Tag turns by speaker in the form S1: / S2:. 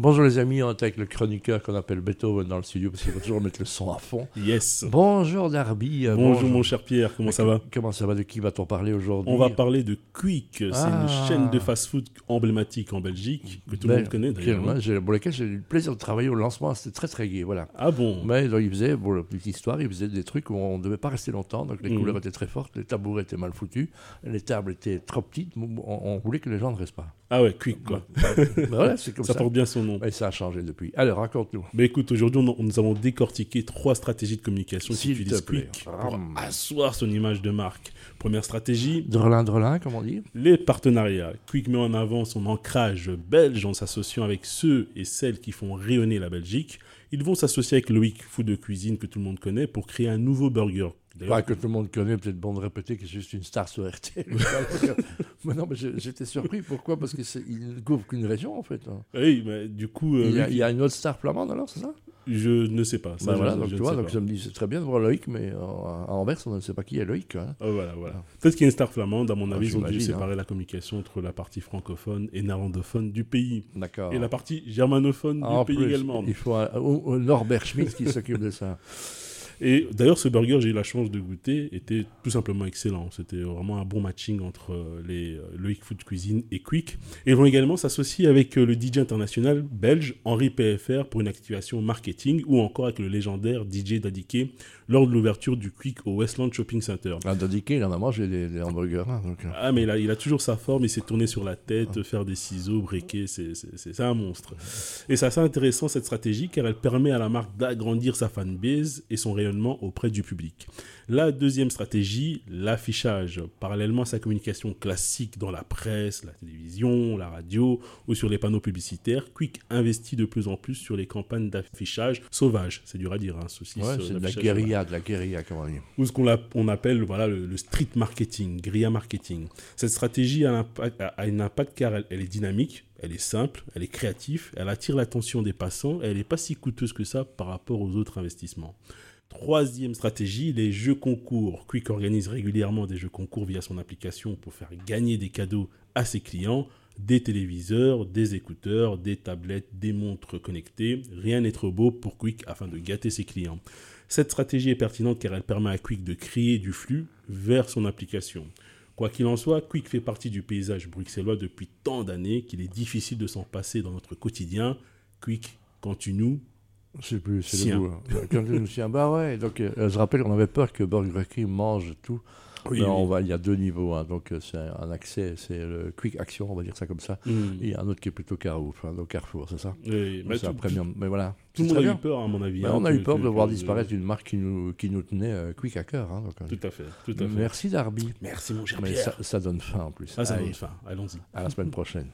S1: Bonjour les amis, on est avec le chroniqueur qu'on appelle Beethoven dans le studio parce qu'il faut toujours mettre le son à fond.
S2: Yes.
S1: Bonjour Darby. euh,
S2: Bonjour, mon cher Pierre, comment
S1: Mais
S2: ça
S1: que-
S2: va
S1: Comment ça va De qui va-t-on parler aujourd'hui
S2: On va parler de Quick, c'est
S1: Ah.
S2: une chaîne de fast-food emblématique en Belgique que tout le
S1: Belle,
S2: monde connaît
S1: Quel-
S2: d'ailleurs. hein.
S1: moi, Ben, j'ai- Pour lesquels j'ai eu le plaisir de travailler au lancement, c'était très très gai, voilà.
S2: Ah bon
S1: Mais donc, il faisait, pour la petite histoire, il faisait des trucs où on ne devait pas rester longtemps, donc les
S2: Mhm.
S1: couleurs étaient très fortes, les tabourets étaient mal foutus, les tables étaient trop petites, on, on voulait que les gens ne restent pas.
S2: Ah ouais, Quick quoi.
S1: Mais voilà, c'est comme
S2: Ça
S1: ça.
S2: porte bien son nom.
S1: Et ça a changé depuis. Alors, raconte-nous.
S2: Mais écoute, aujourd'hui, on- nous allons décortiquer trois stratégies de communication qui
S1: S'il te
S2: utilisent
S1: plaît.
S2: Quick pour
S1: Ram.
S2: asseoir son image de marque. Première stratégie,
S1: Drelin, drelin, comme on dit.
S2: Les partenariats. Quick met en avant son ancrage belge en s'associant avec ceux et celles qui font rayonner la Belgique. Ils vont s'associer avec Loïc, fou de cuisine que tout le monde connaît, pour créer un nouveau burger. D'ailleurs,
S1: Pas Bah, que tout le monde connaît, peut-être bon de répéter que c'est juste une star sur RTL. mais non, mais je- j'étais surpris. Pourquoi Parce qu'il ne couvre qu'une région, en fait. hein.
S2: oui, mais du coup, euh,
S1: il, y a,
S2: Loïc,
S1: il y a une autre star flamande, alors, c'est ça
S2: je ne sais pas. Ça,
S1: Bah
S2: je-
S1: voilà,
S2: je
S1: donc tu
S2: ne
S1: vois,
S2: sais
S1: donc
S2: pas.
S1: ça me dit, c'est très bien de voir Loïc, mais euh, à Anvers, on ne sait pas qui est Loïc. quoi, hein.
S2: Ah, voilà, voilà.
S1: Ah.
S2: Peut-être qu'il y a une star flamande, à mon
S1: Ah,
S2: avis, ils ont dû
S1: j'imagine,
S2: séparer la communication entre la partie francophone et néerlandophone du pays.
S1: D'accord.
S2: Et la partie germanophone
S1: Ah, en
S2: du pays
S1: plus,
S2: également.
S1: Il faut un- au- au Norbert Schmitt qui s'occupe de ça.
S2: Et d'ailleurs, ce burger, j'ai eu la chance de goûter, était tout simplement excellent. C'était vraiment un bon matching entre euh, les euh, Loïc Food Cuisine et Quick. Et ils vont également s'associer avec euh, le DJ international belge Henri PFR pour une activation marketing ou encore avec le légendaire DJ Dadiké lors de l'ouverture du Quick au Westland Shopping Center.
S1: Un dediqué, là, maman, j'ai des, des hamburgers. hein, donc, euh.
S2: Ah mais il a, il a toujours sa forme, il s'est tourné sur la tête, faire des ciseaux, briquer, c'est c'est- c'est- c'est un monstre. Et c'est assez intéressant cette stratégie car elle permet à la marque d'agrandir sa fanbase et son rayonnement auprès du public. La deuxième stratégie, l'affichage. Parallèlement à sa communication classique dans la presse, la télévision, la radio ou sur les panneaux publicitaires, Quick investit de plus en plus sur les campagnes d'affichage sauvage. C'est dur à dire, hein, saucisse,
S1: Ouais,
S2: euh,
S1: c'est de la
S2: l'affichage
S1: guérilla, de la guérilla, comme on dit.
S2: ou ce qu'on l'app- on appelle voilà, le, le street marketing, grilla marketing. Cette stratégie a, un impact- a- a un impact car elle, elle est dynamique, elle est simple, elle est créative, elle attire l'attention des passants et elle n'est pas si coûteuse que ça par rapport aux autres investissements. Troisième stratégie, les jeux concours. Quick organise régulièrement des jeux concours via son application pour faire gagner des cadeaux à ses clients, des téléviseurs, des écouteurs, des tablettes, des montres connectées. Rien n'est trop beau pour Quick afin de gâter ses clients. Cette stratégie est pertinente car elle permet à Quick de créer du flux vers son application. Quoi qu'il en soit, Quick fait partie du paysage bruxellois depuis tant d'années qu'il est difficile de s'en passer dans notre quotidien. Quick, quand tu nous...
S1: Je sais plus, c'est
S2: Sien.
S1: le goût. hein. Quand je me souviens, bah ouais. Donc, euh, je rappelle qu'on avait peur que Burger King mange tout. Non,
S2: Oui, oui.
S1: ben, on va, il y a deux niveaux. hein. donc, euh, c'est un accès, c'est le quick action, on va dire ça comme ça.
S2: Mm.
S1: Et un autre qui est plutôt Carrefour, enfin, donc Carrefour, c'est ça
S2: Oui,
S1: Ou
S2: mais
S1: c'est un
S2: tout-
S1: premium. Mais voilà.
S2: Tout le
S1: C'est
S2: monde
S1: très
S2: a eu
S1: bien.
S2: peur, à mon avis.
S1: Mais
S2: hein,
S1: on a
S2: que-
S1: eu peur
S2: que-
S1: de voir
S2: que-
S1: disparaître une marque qui nous, qui nous tenait euh, quick à cœur. hein. donc, euh,
S2: Tout à fait, tout à fait.
S1: merci Darby.
S2: Merci, mon cher
S1: Mais
S2: Pierre.
S1: ça, ça donne faim en plus.
S2: Ah, ça
S1: Allez,
S2: donne faim. Allons-y.
S1: À la semaine prochaine.